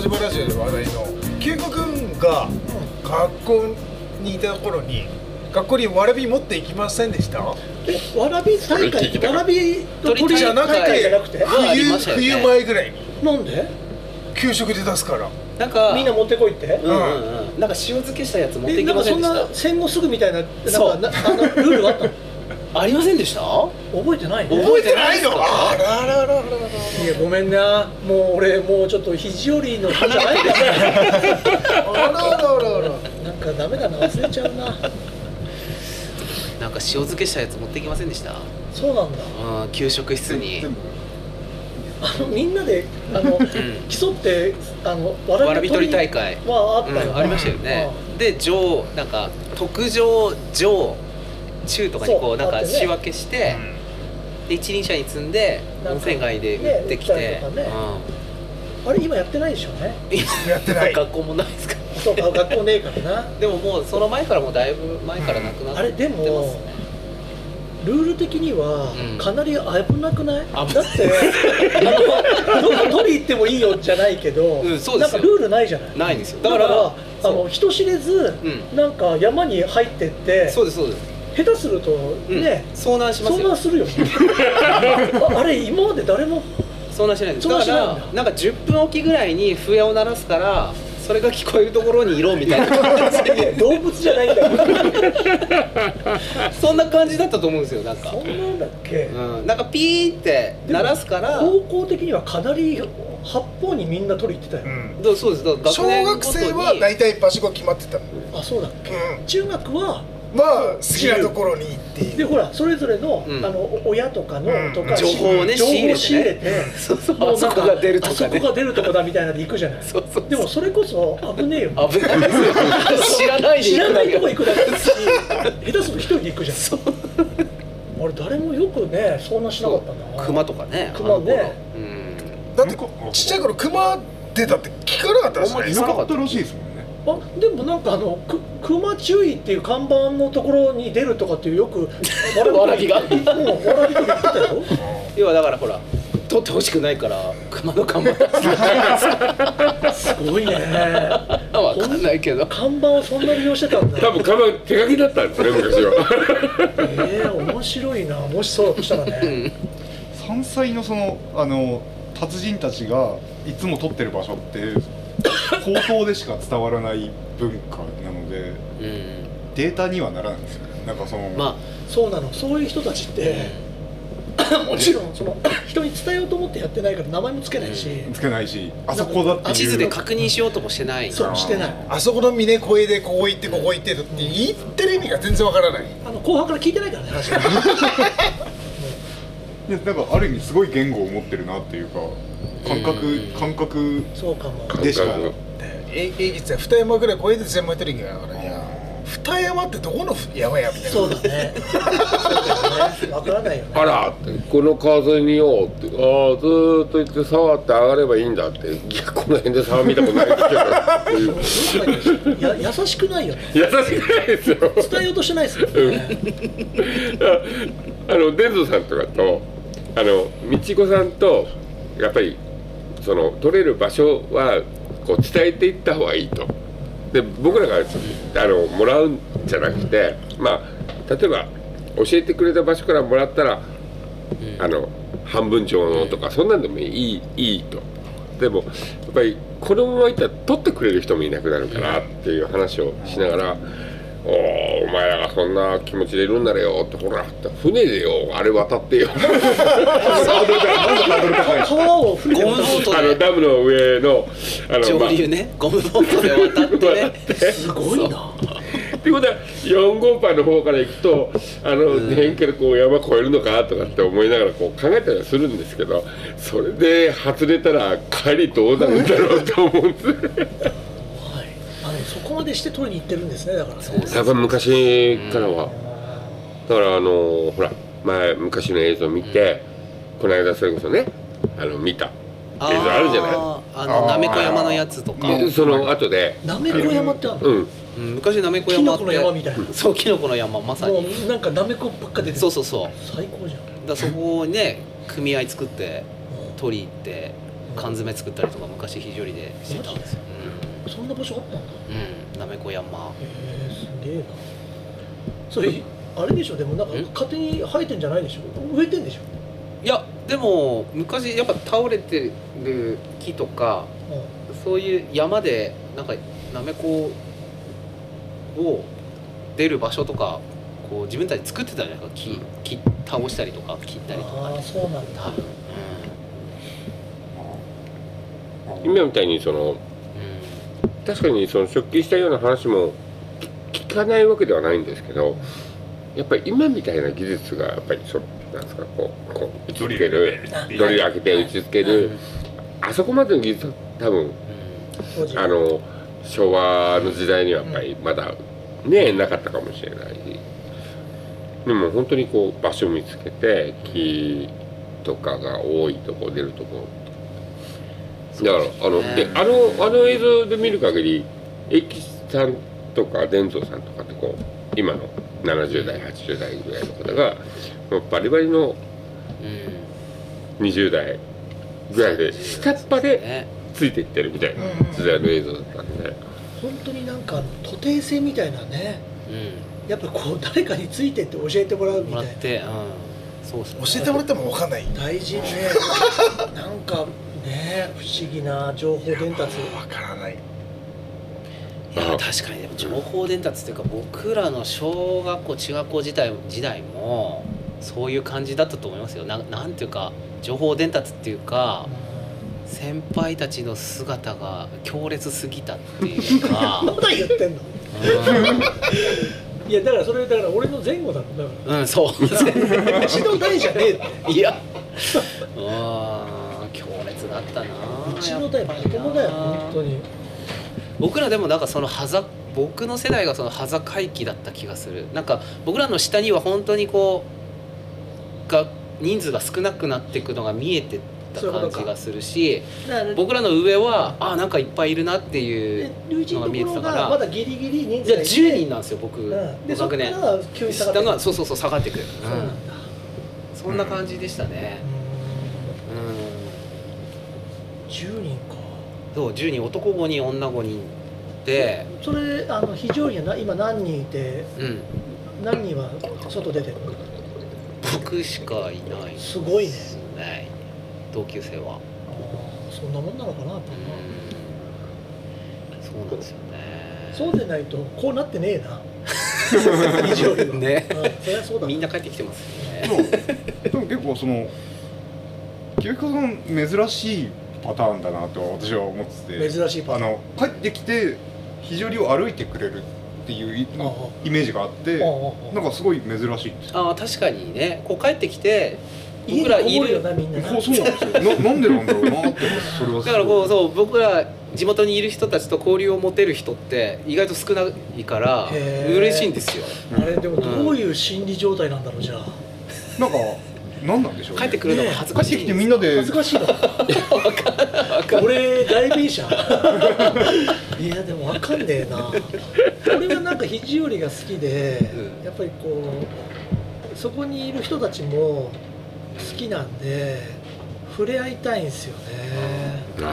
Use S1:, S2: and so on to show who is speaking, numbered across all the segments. S1: 島ラジオで話題の
S2: ケンゴくんが学校にいた頃に学校にわらび持っていきませんでした
S3: えわらび大会わらびと鳥
S2: じゃなく
S3: 大会じゃなく
S2: て
S3: て
S4: ああり
S2: 冬,、
S4: ましたよね
S2: 冬前ぐらいに
S3: なんで
S2: 給食で出すから
S4: なんか
S3: みんな持ってこいって
S4: うんうんうんなんか塩漬けしたやつ持って
S3: え
S4: き
S3: なん
S4: ま
S3: か
S4: せ
S3: そ
S4: ん
S3: ん
S4: でした
S3: な戦後すぐみたいななん
S4: そう
S3: かな あのルールあったの
S4: ありませんでした覚
S3: 覚えてないね
S2: 覚え
S4: え
S2: て
S4: て
S2: な
S4: ないい
S2: の
S4: の
S2: あらあらあらあら
S3: いやごめんなもう俺もうちょっと肘折りの日じゃないん
S2: あらあらあらあら
S3: なんかダメだな忘れちゃうな
S4: なんか塩漬けしたやつ持ってきませんでした
S3: そうなんだ
S4: うん給食室に
S1: 全部
S3: あのみんなであの、競ってあのわ
S4: わらび取り大会
S3: まああった
S4: う
S3: よね、
S4: ん、ありましたよね
S3: う。
S4: で上なんか特上上中とかにこ
S3: そう
S4: うなん
S3: あっ
S4: か
S3: てね
S4: 仕分けして、で一輪車に積んで
S3: なんか
S4: 温泉街で売ってきて、
S3: ね売ったりとかんあれ今やってないでしょうね
S4: うん、
S2: やってない
S4: 学校もないですか。
S3: そうか学校ねえからな
S4: でももうその前からもうだいぶ前からなくなってます、ね
S3: あれでもルール的には
S4: うん
S3: かなり危なくない、
S4: 危ない
S3: だってあのどこ取り行ってもいいよじゃないけど、
S4: うんそうで
S3: なん
S4: す
S3: か
S4: よ
S3: ルールないじゃない
S4: ないんですよ。
S3: だ
S4: だ
S3: か
S4: からら
S3: あ
S4: そう
S3: の人知れず、
S4: う
S3: なんか山に入ってって
S4: そうですそうです。
S3: 下手すると
S4: うん、
S3: ね、
S4: 遭難しま
S3: そ
S4: す
S3: んな
S4: よ
S3: ん。する よねああれ今まで誰も
S4: 遭難しないです。
S3: 遭
S4: だ
S3: 難
S4: か
S3: しないんだ
S4: らなんか10分おきぐらいに笛を鳴らすから。それが聞こえるところにいろみたいな感じ で
S3: 動物じゃないんだよ
S4: そんな感じだったと思うんですよなんか
S3: そんなんだっけ、
S4: うん、なんかピーって鳴らすから
S3: 方向的にはかなり八方にみんな取り行ってたよ、
S2: うん
S4: どうそうですだから
S2: 小
S4: 年ごと
S2: 学
S4: に
S2: 生は大体場所が決まってたの、うん、
S3: あそうだっけ中学は
S2: まあ好きなところに行っていい
S3: でほらそれぞれの,、
S4: うん
S3: あの親とかの、
S2: うん
S3: とか
S4: 情報をね
S3: 情報を仕
S4: 仕
S3: 入れ
S4: 入れ
S3: て
S4: てねそうそう
S3: もうなんか
S4: あそこが出るとかね
S3: あそこが出るとこだみたいなので行くじゃない
S4: そうそう
S3: でもそれこそ危ねえよ
S4: 危ないですよ知らないで
S3: 知らないとこ行
S4: く
S3: く だけだし下手すると一人で行くじゃんあれ誰もよくね遭難しなかったんだな
S4: 熊とかね
S3: 熊ね
S4: あの頃うん
S2: だってちっちゃい頃熊出たって聞かなかったですね
S4: い
S5: い
S4: な
S5: な
S4: か
S5: か
S4: っ
S5: ったたらしいですもんね
S3: あでもなんかあのく熊注意っていう看板のところに出るとかっていうよく
S4: わらびが
S3: うんわらびとか言ってたよ
S4: 要はだからほら取ってほしくないから熊の看板出す
S3: すごいね
S4: わかんないけど
S3: 看板をそんな利用してたんだ
S5: 多分看板手書きだったんですね昔は
S3: ええ面白いなもしそうだとしたらね
S6: 山菜のそのあの達人たちがいつも撮ってる場所って口頭でしか伝わらない文化なので
S4: うん
S6: データにはならないんですよねなんかその、
S4: ま
S3: そうなのそういう人たちってもちろんその人に伝えようと思ってやってないから名前もつけないし、
S6: つけないしあそこだってい
S4: あ
S6: う
S4: 地図で確認しようともしてない
S3: そうしてない
S2: あそこの峰越えでここ行ってここ行ってって言ってる意味が全然わからない
S3: あの後半から聞いてないからね話が
S6: でなんかある意味すごい言語を持ってるなっていうか感覚
S4: うん
S6: 感覚
S3: そうかも
S6: でしか
S5: 感覚
S2: ええ実は二山ぐらい越えて全部テレビだからいや二山ってどこの山やみたいな
S3: そうだねそうだねわからないよね
S5: あらってこの川沿いによってああずーっと行って沢って上がればいいんだっていやこの辺で沢見たことないです
S3: や優しくないよね
S5: けど優しくないですよ
S3: 伝えようとしてないですよね、
S5: あの伝蔵さんとかとあの道子さんとやっぱりその取れる場所はこう伝えていった方がいいとで僕らがあのもらうんじゃなくてまあ例えば教えてくれた場所からもらったら、あの半分上のとか、そんなんでもいいいいとでもやっぱりこのままいったら取ってくれる人もいなくなるからっていう話をしながら。おーお前らがそんな気持ちでいるんならよってほら船でよあれ渡ってよ
S3: 川を振り
S4: ゴムボー
S5: あ
S4: ト
S5: の
S4: で
S5: ダムの上のあの
S4: 上流ねゴムボートで渡って ね
S3: すごいな
S5: ってことは4号パの方から行くとあの辺からこう山越えるのかとかって思いながらこう考えたりはするんですけどそれで外れたら帰りどうなるんだろうと思うんです
S3: はいあのそこまでして取りに行ってるんですねだからね
S5: やっぱ昔からは、だからあのほら前昔の映像見て、この間それこそねあの見た映像あるじゃな
S4: ーあのなめこ山のやつとか
S5: いでその後で
S3: なめこ山ってあるの
S5: うん
S4: うん昔なめこ
S3: キ
S4: 山
S3: ノ
S4: っ
S3: コ
S4: て
S3: の山みたいなも
S4: そうキノコの山まさに
S3: うなんかなめこばっか出てる
S4: そうそうそう
S3: 最高じゃん
S4: だからそこをね組合作って取り入って
S3: う
S4: 缶詰作ったりとか昔肘折りでしてたんですよ、
S3: そんな場所あったんだ
S4: うんうん、なめこ山
S3: へえすげえなそれあれでしょでもなんか
S4: ん
S3: 勝手に生えてんじゃないでしょ植えてんでしょ
S4: いやでも昔やっぱ倒れてる木とか
S3: う
S4: そういう山でなんかなめこを出る場所とかこう自分たち作ってたじゃないですか木木倒したりとか切ったりとか
S3: ああそうなんだ
S4: 多分、
S5: 今みたいにその
S4: う
S5: 確かにその食器したような話も聞聞かないわけではないんですけどやっぱり今みたいな技術がやっぱりそのなんですかこうこう打ちつけるドリル開けて打ちつけ
S4: んうんうん
S5: るあそこまでの技術は多分
S3: 当時
S5: あの昭和の時代にはやっぱりまだねなかったかもしれないでも本当にこう場所を見つけて木とかが多いとこ出るとこだからあのであのあの映像で見る限り駅さんとか伝蔵さんとかってこう今の70代80代ぐらいの方がもうバリバリの
S4: うん
S5: 20代ぐらいで下っ端で
S4: ね
S5: ついていってるみたいな時代の映像だったんで。
S3: 本当になんか徒弟性みたいなね
S4: う、
S3: やっぱこう誰かについてって教えてもらうんみ
S4: も
S3: た
S4: ら
S3: い
S4: っ
S3: な
S4: て、うん、そうですね
S2: 教えてもらってもわかんない
S3: 大事ねなんかね不思議な情報伝達
S2: わからない
S4: いや確かにでも情報伝達っていうか僕らの小学校中学校時代時代もそういう感じだったと思いますよななんていうか情報伝達っていうか先輩たちの姿が強烈すぎたってい うか
S3: まだ言ってんのいやだからそれだから俺の前後だろだか
S4: うん、うん、そう ですね
S3: ら私の代じゃねえって
S4: いやうん強烈だったな
S3: うちの代まともだよ本当に
S4: 僕らでもなんかそのはざ僕の世代がそのはざ回帰だった気がするなんか僕らの下には本当にこうが人数が少なくなっていくのが見えてた
S3: そういうこと
S4: 感
S3: か
S4: じがするし
S3: だから
S4: 僕らの上はあなんかいっぱいいるなってい
S3: で
S4: う
S3: 龍一のところがまだギリギリ人数
S4: じゃあ
S3: がいて
S4: 10人なんですよ僕
S3: うんで
S4: の
S3: そっか
S4: 学
S3: ら
S4: 年
S3: 急に下が
S4: 下
S3: ってく
S4: が
S3: る
S4: そうそうそう下がってくる、
S3: そうなんだ
S4: うんそんな感じでしたね
S3: 10人か
S4: うんそう10人男5人女5人で
S3: それあの非常にな今何人いて
S4: うん
S3: 何人は外出てるの
S4: 僕しかいない
S3: すごいね
S4: ね同級生は
S3: あーそんなもんなのかなやっぱ
S4: うんそうなんですよね
S3: そうでないとこうなってねえな非常には
S4: ね
S3: うんそりゃそうだ
S4: みんな帰ってきてますよ
S6: で
S4: ね
S6: もでも結構その結構その珍しいパターンだなとは私は思ってて
S3: 珍しいパ
S6: あ
S3: ターン
S6: の帰ってきて非常に歩いてくれるっていうい
S3: ああ
S6: イメージがあって
S3: ああああ
S6: なんかすごい珍しいです
S4: ああ確かにねこう帰ってきて
S3: 家
S4: 僕
S3: に
S4: ら
S3: こ
S4: い
S3: もるよ
S4: る
S3: なみんなな
S6: こうそうなんですよな なんでなんだろうなってそれはすごい
S4: だからこうそう僕ら地元にいる人たちと交流を持てる人って意外と少ないから
S3: へー
S4: 嬉しいんですよ
S3: あれでもどういう心理状態なんだろうじゃあ
S6: なんかなんなんでしょう、ね、
S4: 帰ってくるのが恥ず
S6: 帰
S4: か
S6: っ
S4: してい
S6: き
S4: んで
S6: て
S4: す
S6: みんなで
S3: 恥ずかしいな俺代弁者 いやでもわかんねえな俺はなんか肘折りが好きで、
S4: うん
S3: やっぱりこうそこにいる人たちも好きなんで触れ合いたいんですよね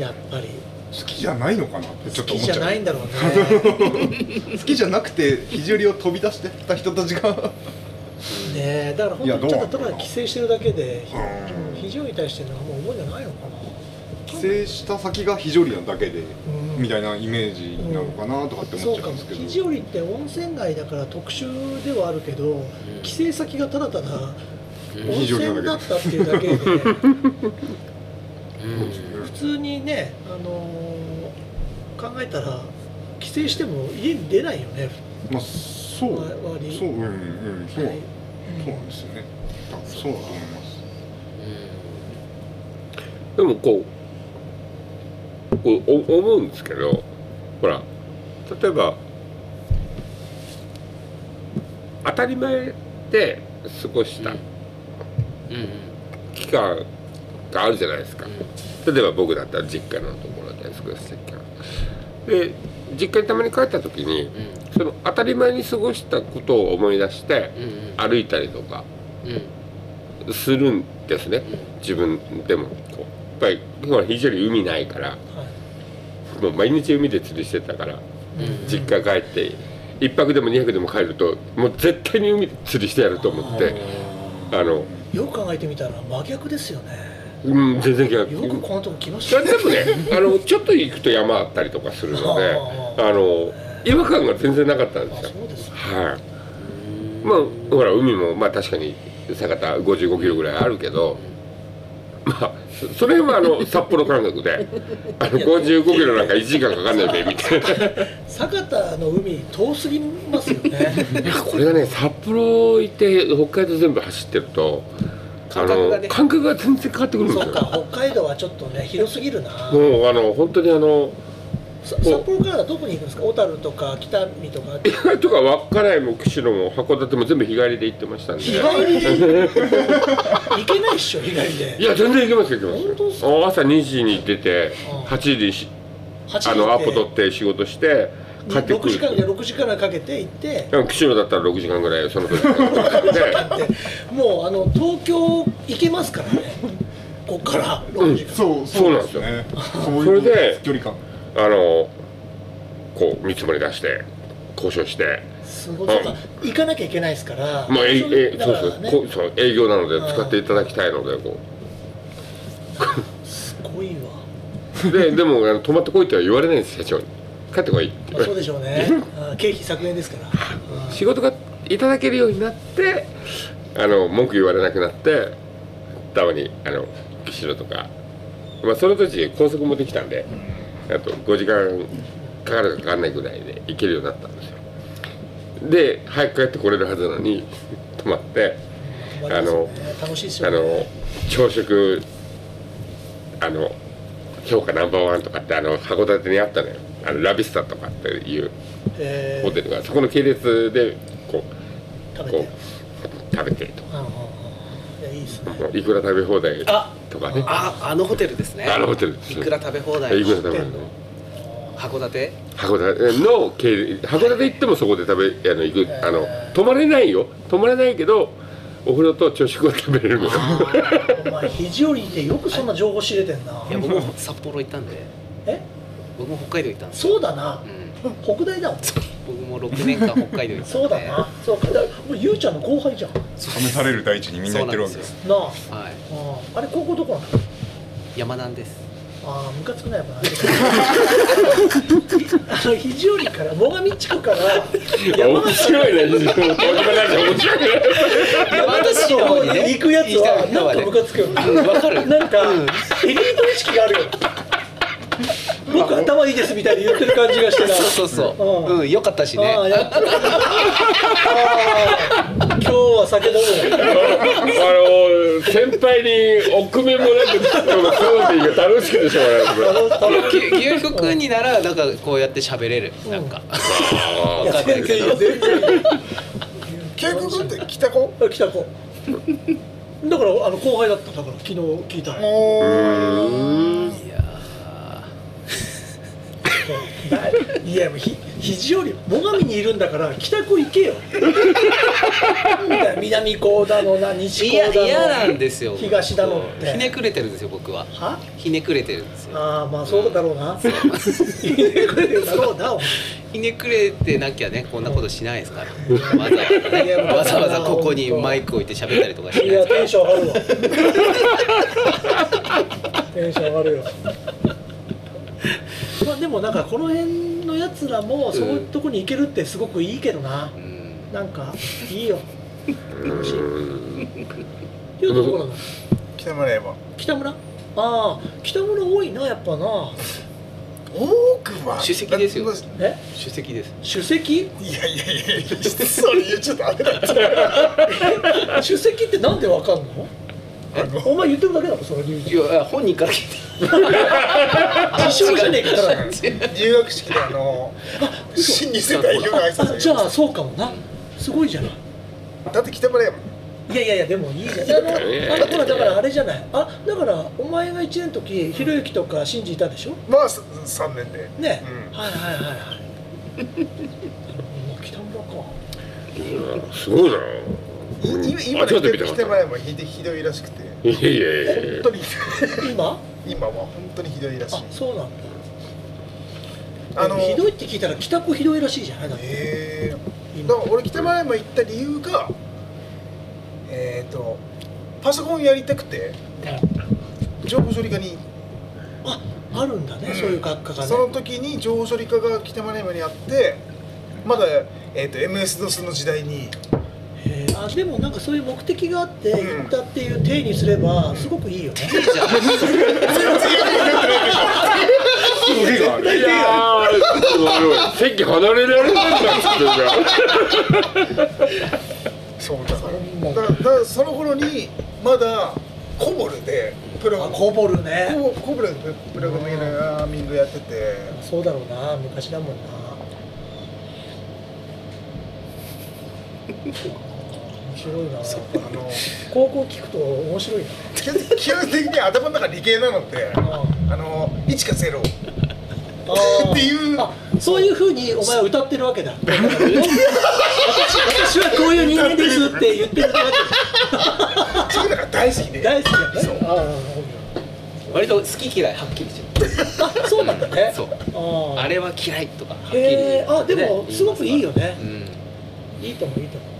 S3: やっぱり
S6: 好きじゃないのかなってち
S3: 好
S6: ょっと
S3: き
S6: 思っ
S3: じ
S6: ち
S3: ゃ
S6: ゃ
S3: な
S6: う
S3: いんだろう ね
S6: 好きじゃなくて肘折りを飛び出してった人たちが
S3: ねえだから本
S6: い
S3: 当
S6: やど
S3: に
S6: う
S3: た
S6: な
S3: だ
S6: の
S3: ただ規制してるだけで
S6: うん
S3: 肘折りに対してのあんま思いがないのかな
S6: 帰省した先が肘折りなだけで
S3: うん
S6: みたいなイメージなのかなとかって思
S3: そ
S6: っ
S3: う
S6: ちゃ
S3: か
S6: うん
S3: も
S6: ですけど、
S3: 肘折って温泉街だから特殊ではあるけど、帰省先がただただ
S4: うん
S3: 温泉だったっていうだけで
S4: うん
S3: 普通にね、あのー考えたら帰省しても家に出ないよね、
S6: まあそう
S3: わ割り
S6: そううんうんそう、
S3: はい
S6: そうなんですよね多分そうだと思います
S5: でもこうこうお思うんですけどほら例えば当たり前で過ごした
S4: うんうん
S5: 期間があるじゃないですか
S4: うん
S5: 例えば僕だったら実家のところで過ごした期間で実家にたまに帰った時にその当たり前に過ごしたことを思い出して
S4: うんうん
S5: 歩いたりとか
S4: うん
S5: するんですね自分でもこうぱりほら非常に海ないから
S3: はい
S5: もう毎日海で釣りしてたから実家帰って一泊でも二泊でも帰るともう絶対に海で釣りしてやると思ってあの、
S3: よく考えてみたら真逆ですよね
S5: うん、全然
S3: よ
S5: 違
S3: く
S5: う
S3: このとこ来まし
S5: そ
S3: た
S5: れでもねあのちょっと行くと山あったりとかするので
S3: あ
S5: あの違和感が全然なかったんで
S3: あ
S5: すよ
S3: そうですね
S5: はい、まあほら海もまあ確かに酒田55キロぐらいあるけどまあそそれはあの札幌感覚であの55キロなんか1時間かかんないべみたいな
S3: 酒田の海遠すぎますよね
S5: いやこれがね札幌行って北海道全部走ってると
S4: 感覚がね
S5: あの感覚が全然変わってくるんです
S3: そ
S5: よ
S3: っか北海道はちょっとね広すぎるな
S5: もうあの本当にあの
S3: さ札幌からどこに行くんですか小樽とか北見とか
S5: 意外とか稚内も釧路も函館も全部日帰りで行って ましたんで
S3: 日帰りで行けないっしょ日帰り
S5: い
S3: で
S5: や全然行けますよ行
S3: 本
S5: け
S3: 当
S5: ま
S3: っす
S5: すよ朝2時に出て
S3: うん
S5: 8時にし
S3: 八
S5: あのアポ取って仕事して帰って
S3: 6
S5: く
S3: 時間で
S5: る
S3: 6時間かけて行って
S5: でも釧路だったら6時間ぐらいその 時かかるんで
S3: もうあの東京行けますからねこっから6時間、
S6: そうそうなんですよね そういう
S5: それで
S6: 距離感
S5: あのこう見積もり出して交渉して
S3: すごいそうか行かなきゃいけないですから
S5: まあえいえい
S3: だ
S5: そ
S3: か
S5: うそ
S3: ら
S5: う
S3: ね
S5: こうそう営業なので
S3: うん
S5: 使っていただきたいのでこ
S3: すごいわ、
S5: うで でもあの泊まってこいとは言われないんです社長に帰ってこいって
S3: まあ、そうでしょう ねあ経費削減ですからあ
S5: 仕事がいただけるようになってあの文句言われなくなってたまにあの釧路とか、まあ、その時高速もできたんであと5時間かかるかかかんないぐらいで行けるようになったんですよで早く帰ってこれるはずなのに泊まって
S3: あの楽しいです
S5: あ
S3: よね
S5: の朝食あの評価ナンバーワンとかってあの函館にあったのよあのラビスタとかっていう
S3: えー
S5: ホテルがそこの系列でこう
S3: 食べて
S5: こう食べてと
S3: うんうんうんいやいいですね
S5: かいくら食べ放題
S4: あ
S5: とかね
S4: ああのホテルですね
S5: あのホテルです
S4: いくら食べ放題
S5: いくら食べる
S3: 知ってん
S5: の
S4: 函館
S5: 函館の経函館行ってもそこで食べあの行
S3: え
S5: く
S3: ー
S5: あの泊まれないよ泊まれないけどお風呂と朝食は食べれ るのよ
S3: お前肘折りでよくそんな情報知れてんない
S4: や僕も札幌行ったんで
S3: え
S4: 僕も北海道行ったんですよ、
S3: そうだな
S4: うん、
S3: 北大だもん
S4: 僕も6年間北海道行ってたん
S3: そうだなそうかだからもうゆうちゃんの後輩じゃんな
S4: 試
S1: 試される大地にみんな行ってるわけです
S3: あ
S4: はい
S3: うんあれ高校どこなの
S4: 山なんです
S3: ああムカつくなやっ ぱなあの肘折から最上地区から山
S5: 面
S3: 形
S5: 白いね非常 に面白いね
S4: 山
S3: 私の方にね行くやつはなんかムカつくよね
S4: うんわかる
S3: なんかエリート意識があるよね僕頭いいですみたいに言ってる感じがしてな
S4: そうそうそう
S3: うん
S4: うんよかったしね
S3: ああやっ ぱああ今日は酒飲む
S5: あの先輩におくめもなくそのサービが楽しくてしょうがないこれ
S3: あのたま
S4: 牛牛服にならなんかこうやって喋れるなんか
S5: あ
S3: いや
S5: ー
S3: 全然いいよ全然いいよ
S2: 結局って北子
S3: 来た子だからあの後輩だっただから昨日聞いたら
S2: お
S4: い
S3: い
S4: や
S3: やもうひ肘折り最上にいるんだから北子行けよなんだよ南高だのな西
S4: ーい
S3: 高だ
S4: や
S3: の
S4: 嫌なんですよ
S3: 東だのって
S4: ひねくれてるんですよ僕は
S3: は
S4: ひねくれてるんですよ
S3: ああまあそうだろうなひねくれてるだろうなお前
S4: ひねくれてなきゃねこんなことしないですからわざわざ
S3: いや
S4: ね
S3: もう
S4: わざわざここにマイク置いて喋ったりとかしない
S3: い
S4: で
S3: や
S4: すか
S3: テ
S4: ら
S3: ンション上がるわテンション上がるよまあでもなんかこの辺のやつらもそういうとこに行けるってすごくいいけどな、
S4: うん
S3: なんかいいよ楽しい
S5: うん
S3: っていうところなの
S2: 北村山
S3: 北村ああ北村多いなやっぱな
S2: 多くは
S4: 首席ですよ
S2: だ
S3: え
S4: 首席です
S3: 首席
S2: いやいやいやいやそれ言っちゃダメだって
S3: 首席ってなんでわかんのお前言ってるだけだろその理
S4: い
S3: 由
S4: や本人から聞い
S3: 自称じゃねえか
S4: た
S3: ら
S4: んですよ
S2: 入学式であの新2世代表の挨拶
S3: あじゃあ
S2: を
S3: そうかもなすごいじゃない
S2: だって北村山
S3: いやいやいやでもいいじゃんあのあのほらだからあれじゃないあだからお前が1年の時ひろゆきとか信じいたでしょ
S2: まあさ3年で
S3: ね、
S2: うん
S3: はいはいはいはい北村か
S5: すごいな
S2: 今今
S5: 初めて見た
S2: 北村山ひでひどいらしくて
S5: いやいやいやいや
S2: 本当に
S3: 今
S2: 今は本当にひどいらしい
S3: あそうなんだ
S2: あの
S3: ひどいって聞いたら北子ひどいらしいじゃないだって
S2: えー、だ
S3: 今
S2: から俺北前山行った理由がえっ、とパソコンやりたくて情報処理科に
S3: ああるんだね、そういう学科がね
S2: その時に情報処理科が北前山にあってまだ、えー、と MS-DOS の時代に
S3: へーあでもなんかそういう目的があって行ったっていう体にすればすごくいいよね、
S4: いいじゃん
S6: 腕がある
S5: い やー、すごい。席離れられないんだっていうか。
S2: そうだからだだからその頃にまだコボルでプロ
S3: あこぼるね
S2: ココブルでプログラミングやってて
S3: そうだろうな昔だもんな面白いな
S2: あの
S3: 高校聞くと面白いな
S2: 基本基本的に頭の中理系なのってあの1か0
S3: あー
S2: っていう
S3: あそういうふうにお前は歌ってるわけだ私私はこういう人間ですって言ってるわ
S2: そういうのが大好き
S3: け
S2: で
S3: 大好きだねあ
S4: 割と好き嫌いはっきりしてる
S3: ーあそうなんだね
S4: そう
S3: あ
S4: あ
S3: あ
S4: れは嫌いとかはっきりね、
S3: へーあでもすごくいいよね
S4: うん
S3: いいと思ういいと思う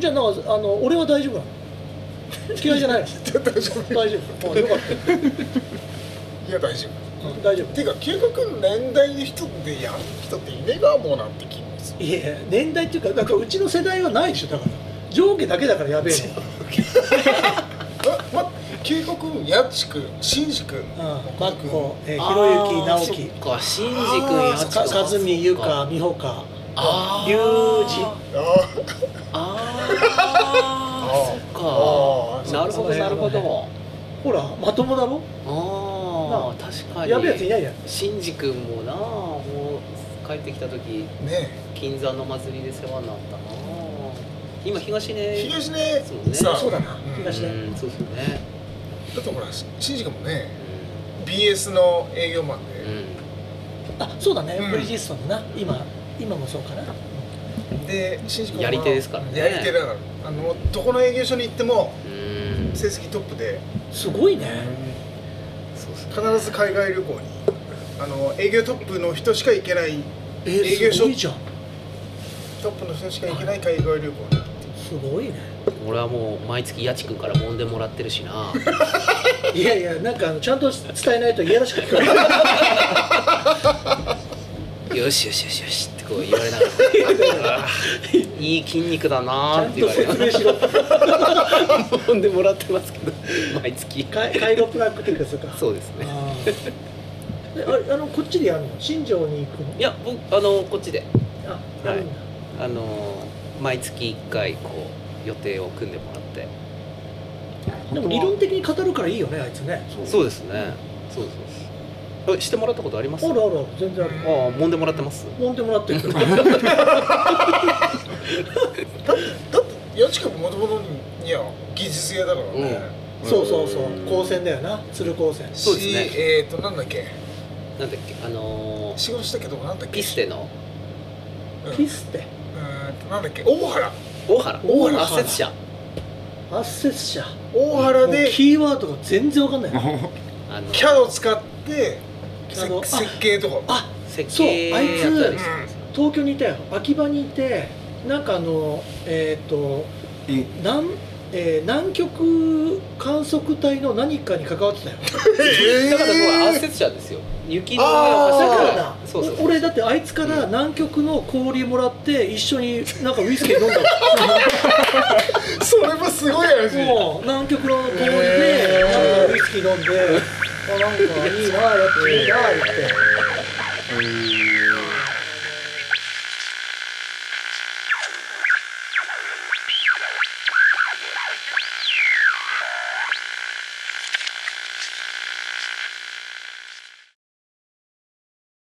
S3: じゃあなんかあの俺は大丈夫なの嫌いじゃないの
S2: 大丈夫
S3: 大丈夫あよかっ
S2: い
S3: た
S2: や大丈
S3: うん大丈
S2: 夫
S3: 夫
S2: ていうか究極年代の人でやる人っていねえがもうなんて気もする
S3: いや年代っていうかなんかうちの世代はないでしょだから上下だけだからやべえね
S2: あま究極やっちくんしんじくん
S3: うんマッコ、えー、ひろゆき
S4: あー
S3: 直樹
S4: そっか新次君
S3: あ
S4: や
S3: ー
S4: つ
S3: かかずみゆかみほか
S4: あー
S3: ゆうじ
S2: あ
S4: あー
S2: あー
S4: そっかなるほ
S3: そっ
S4: ど
S3: か
S4: なるほど
S3: ほらまともだろ
S4: ああ確かに
S3: やべえやついないやん
S4: 新次君もなもう帰ってきた時
S2: あね
S4: 金山の祭りで世話になったな今東
S2: え
S4: ね
S2: 東ね
S4: そうね
S2: さあ
S3: そうだな
S2: うん
S3: 東ね
S4: うんそうですよね
S2: だってほらしんじくんもね BS の営業マン
S4: う
S2: で、
S4: ん
S3: あそうだね、
S2: うん
S3: ブリヂストンのな今今もそうかな
S2: で新宿
S4: やり手ですからね
S2: やり手だからあのどこの営業所に行っても
S4: うんうん
S2: 成績トップです
S3: ごいね
S4: そうっすね
S2: 必ず海外旅行にあの営業トップの人しか行けない
S3: え
S2: 営
S3: ー、
S2: 業所
S3: すごいじゃん
S2: トップの人しか行けない海外旅行に
S3: すごいね
S4: 俺はもう毎月やちくんから揉んでもらってるしない
S3: やいやなんかあのちゃんと伝えないと嫌らしく聞こえる
S4: よしよしよしよしってこう言われながらいい筋肉だな
S3: ちゃ
S4: ーっ
S3: ん
S4: て言
S3: と
S4: われ
S3: 説明
S4: なが
S3: しろ
S4: ら揉んでもらってますけど毎月
S3: カイカイロプラクティックですか
S4: そうですね
S3: あーえあれあのこっちでやるの新庄に行くの
S4: いや僕あのこっちで
S3: あやるんだ、
S4: あの毎月1回こう予定を組んでもらって
S3: でも理論的に語るからいいよねあいつね
S4: そうですねそうですそうですえしてもらったことあります
S3: あるあるある全然ある
S4: ああ揉んでもらってます
S3: 揉んでもらってる
S2: だって八千ももともとには技術屋だからね、
S3: そうそうそう高専だよな鶴高専
S4: そうですね
S2: しえっ、ー、となんだっけ
S4: なんだっけあのー
S2: 仕事したけどなんだっけ
S4: ピステの
S2: うん
S3: ピステ
S2: うーんとなんだっけ大原
S4: 大原
S3: 大原
S4: 圧雪者
S3: 圧雪者
S2: 大原
S3: もう
S2: で
S3: キーワードが全然わかんないな
S4: あの
S2: キャド使って
S3: キャド
S2: せ設計とか
S3: あ
S4: 設
S3: そう
S4: 計
S3: あいつ
S4: やったりしてます
S3: 東京にいたよ秋葉にいてなんかあのえっ、と
S6: え
S3: 南,、えー南極観測隊の何かに関わってたよ
S4: だからもう
S2: え
S4: 圧雪者ですよ雪の
S2: あー
S3: だからだ
S4: そうそうそう
S3: お俺だってあいつから南極の氷もらって一緒になんかウイスキー飲んだもん
S2: ー、それもすごい話
S3: もう南極の氷で、
S2: へー
S3: なんかウイスキー飲んで、あなんかいいなやっぱいいな言って。
S2: あ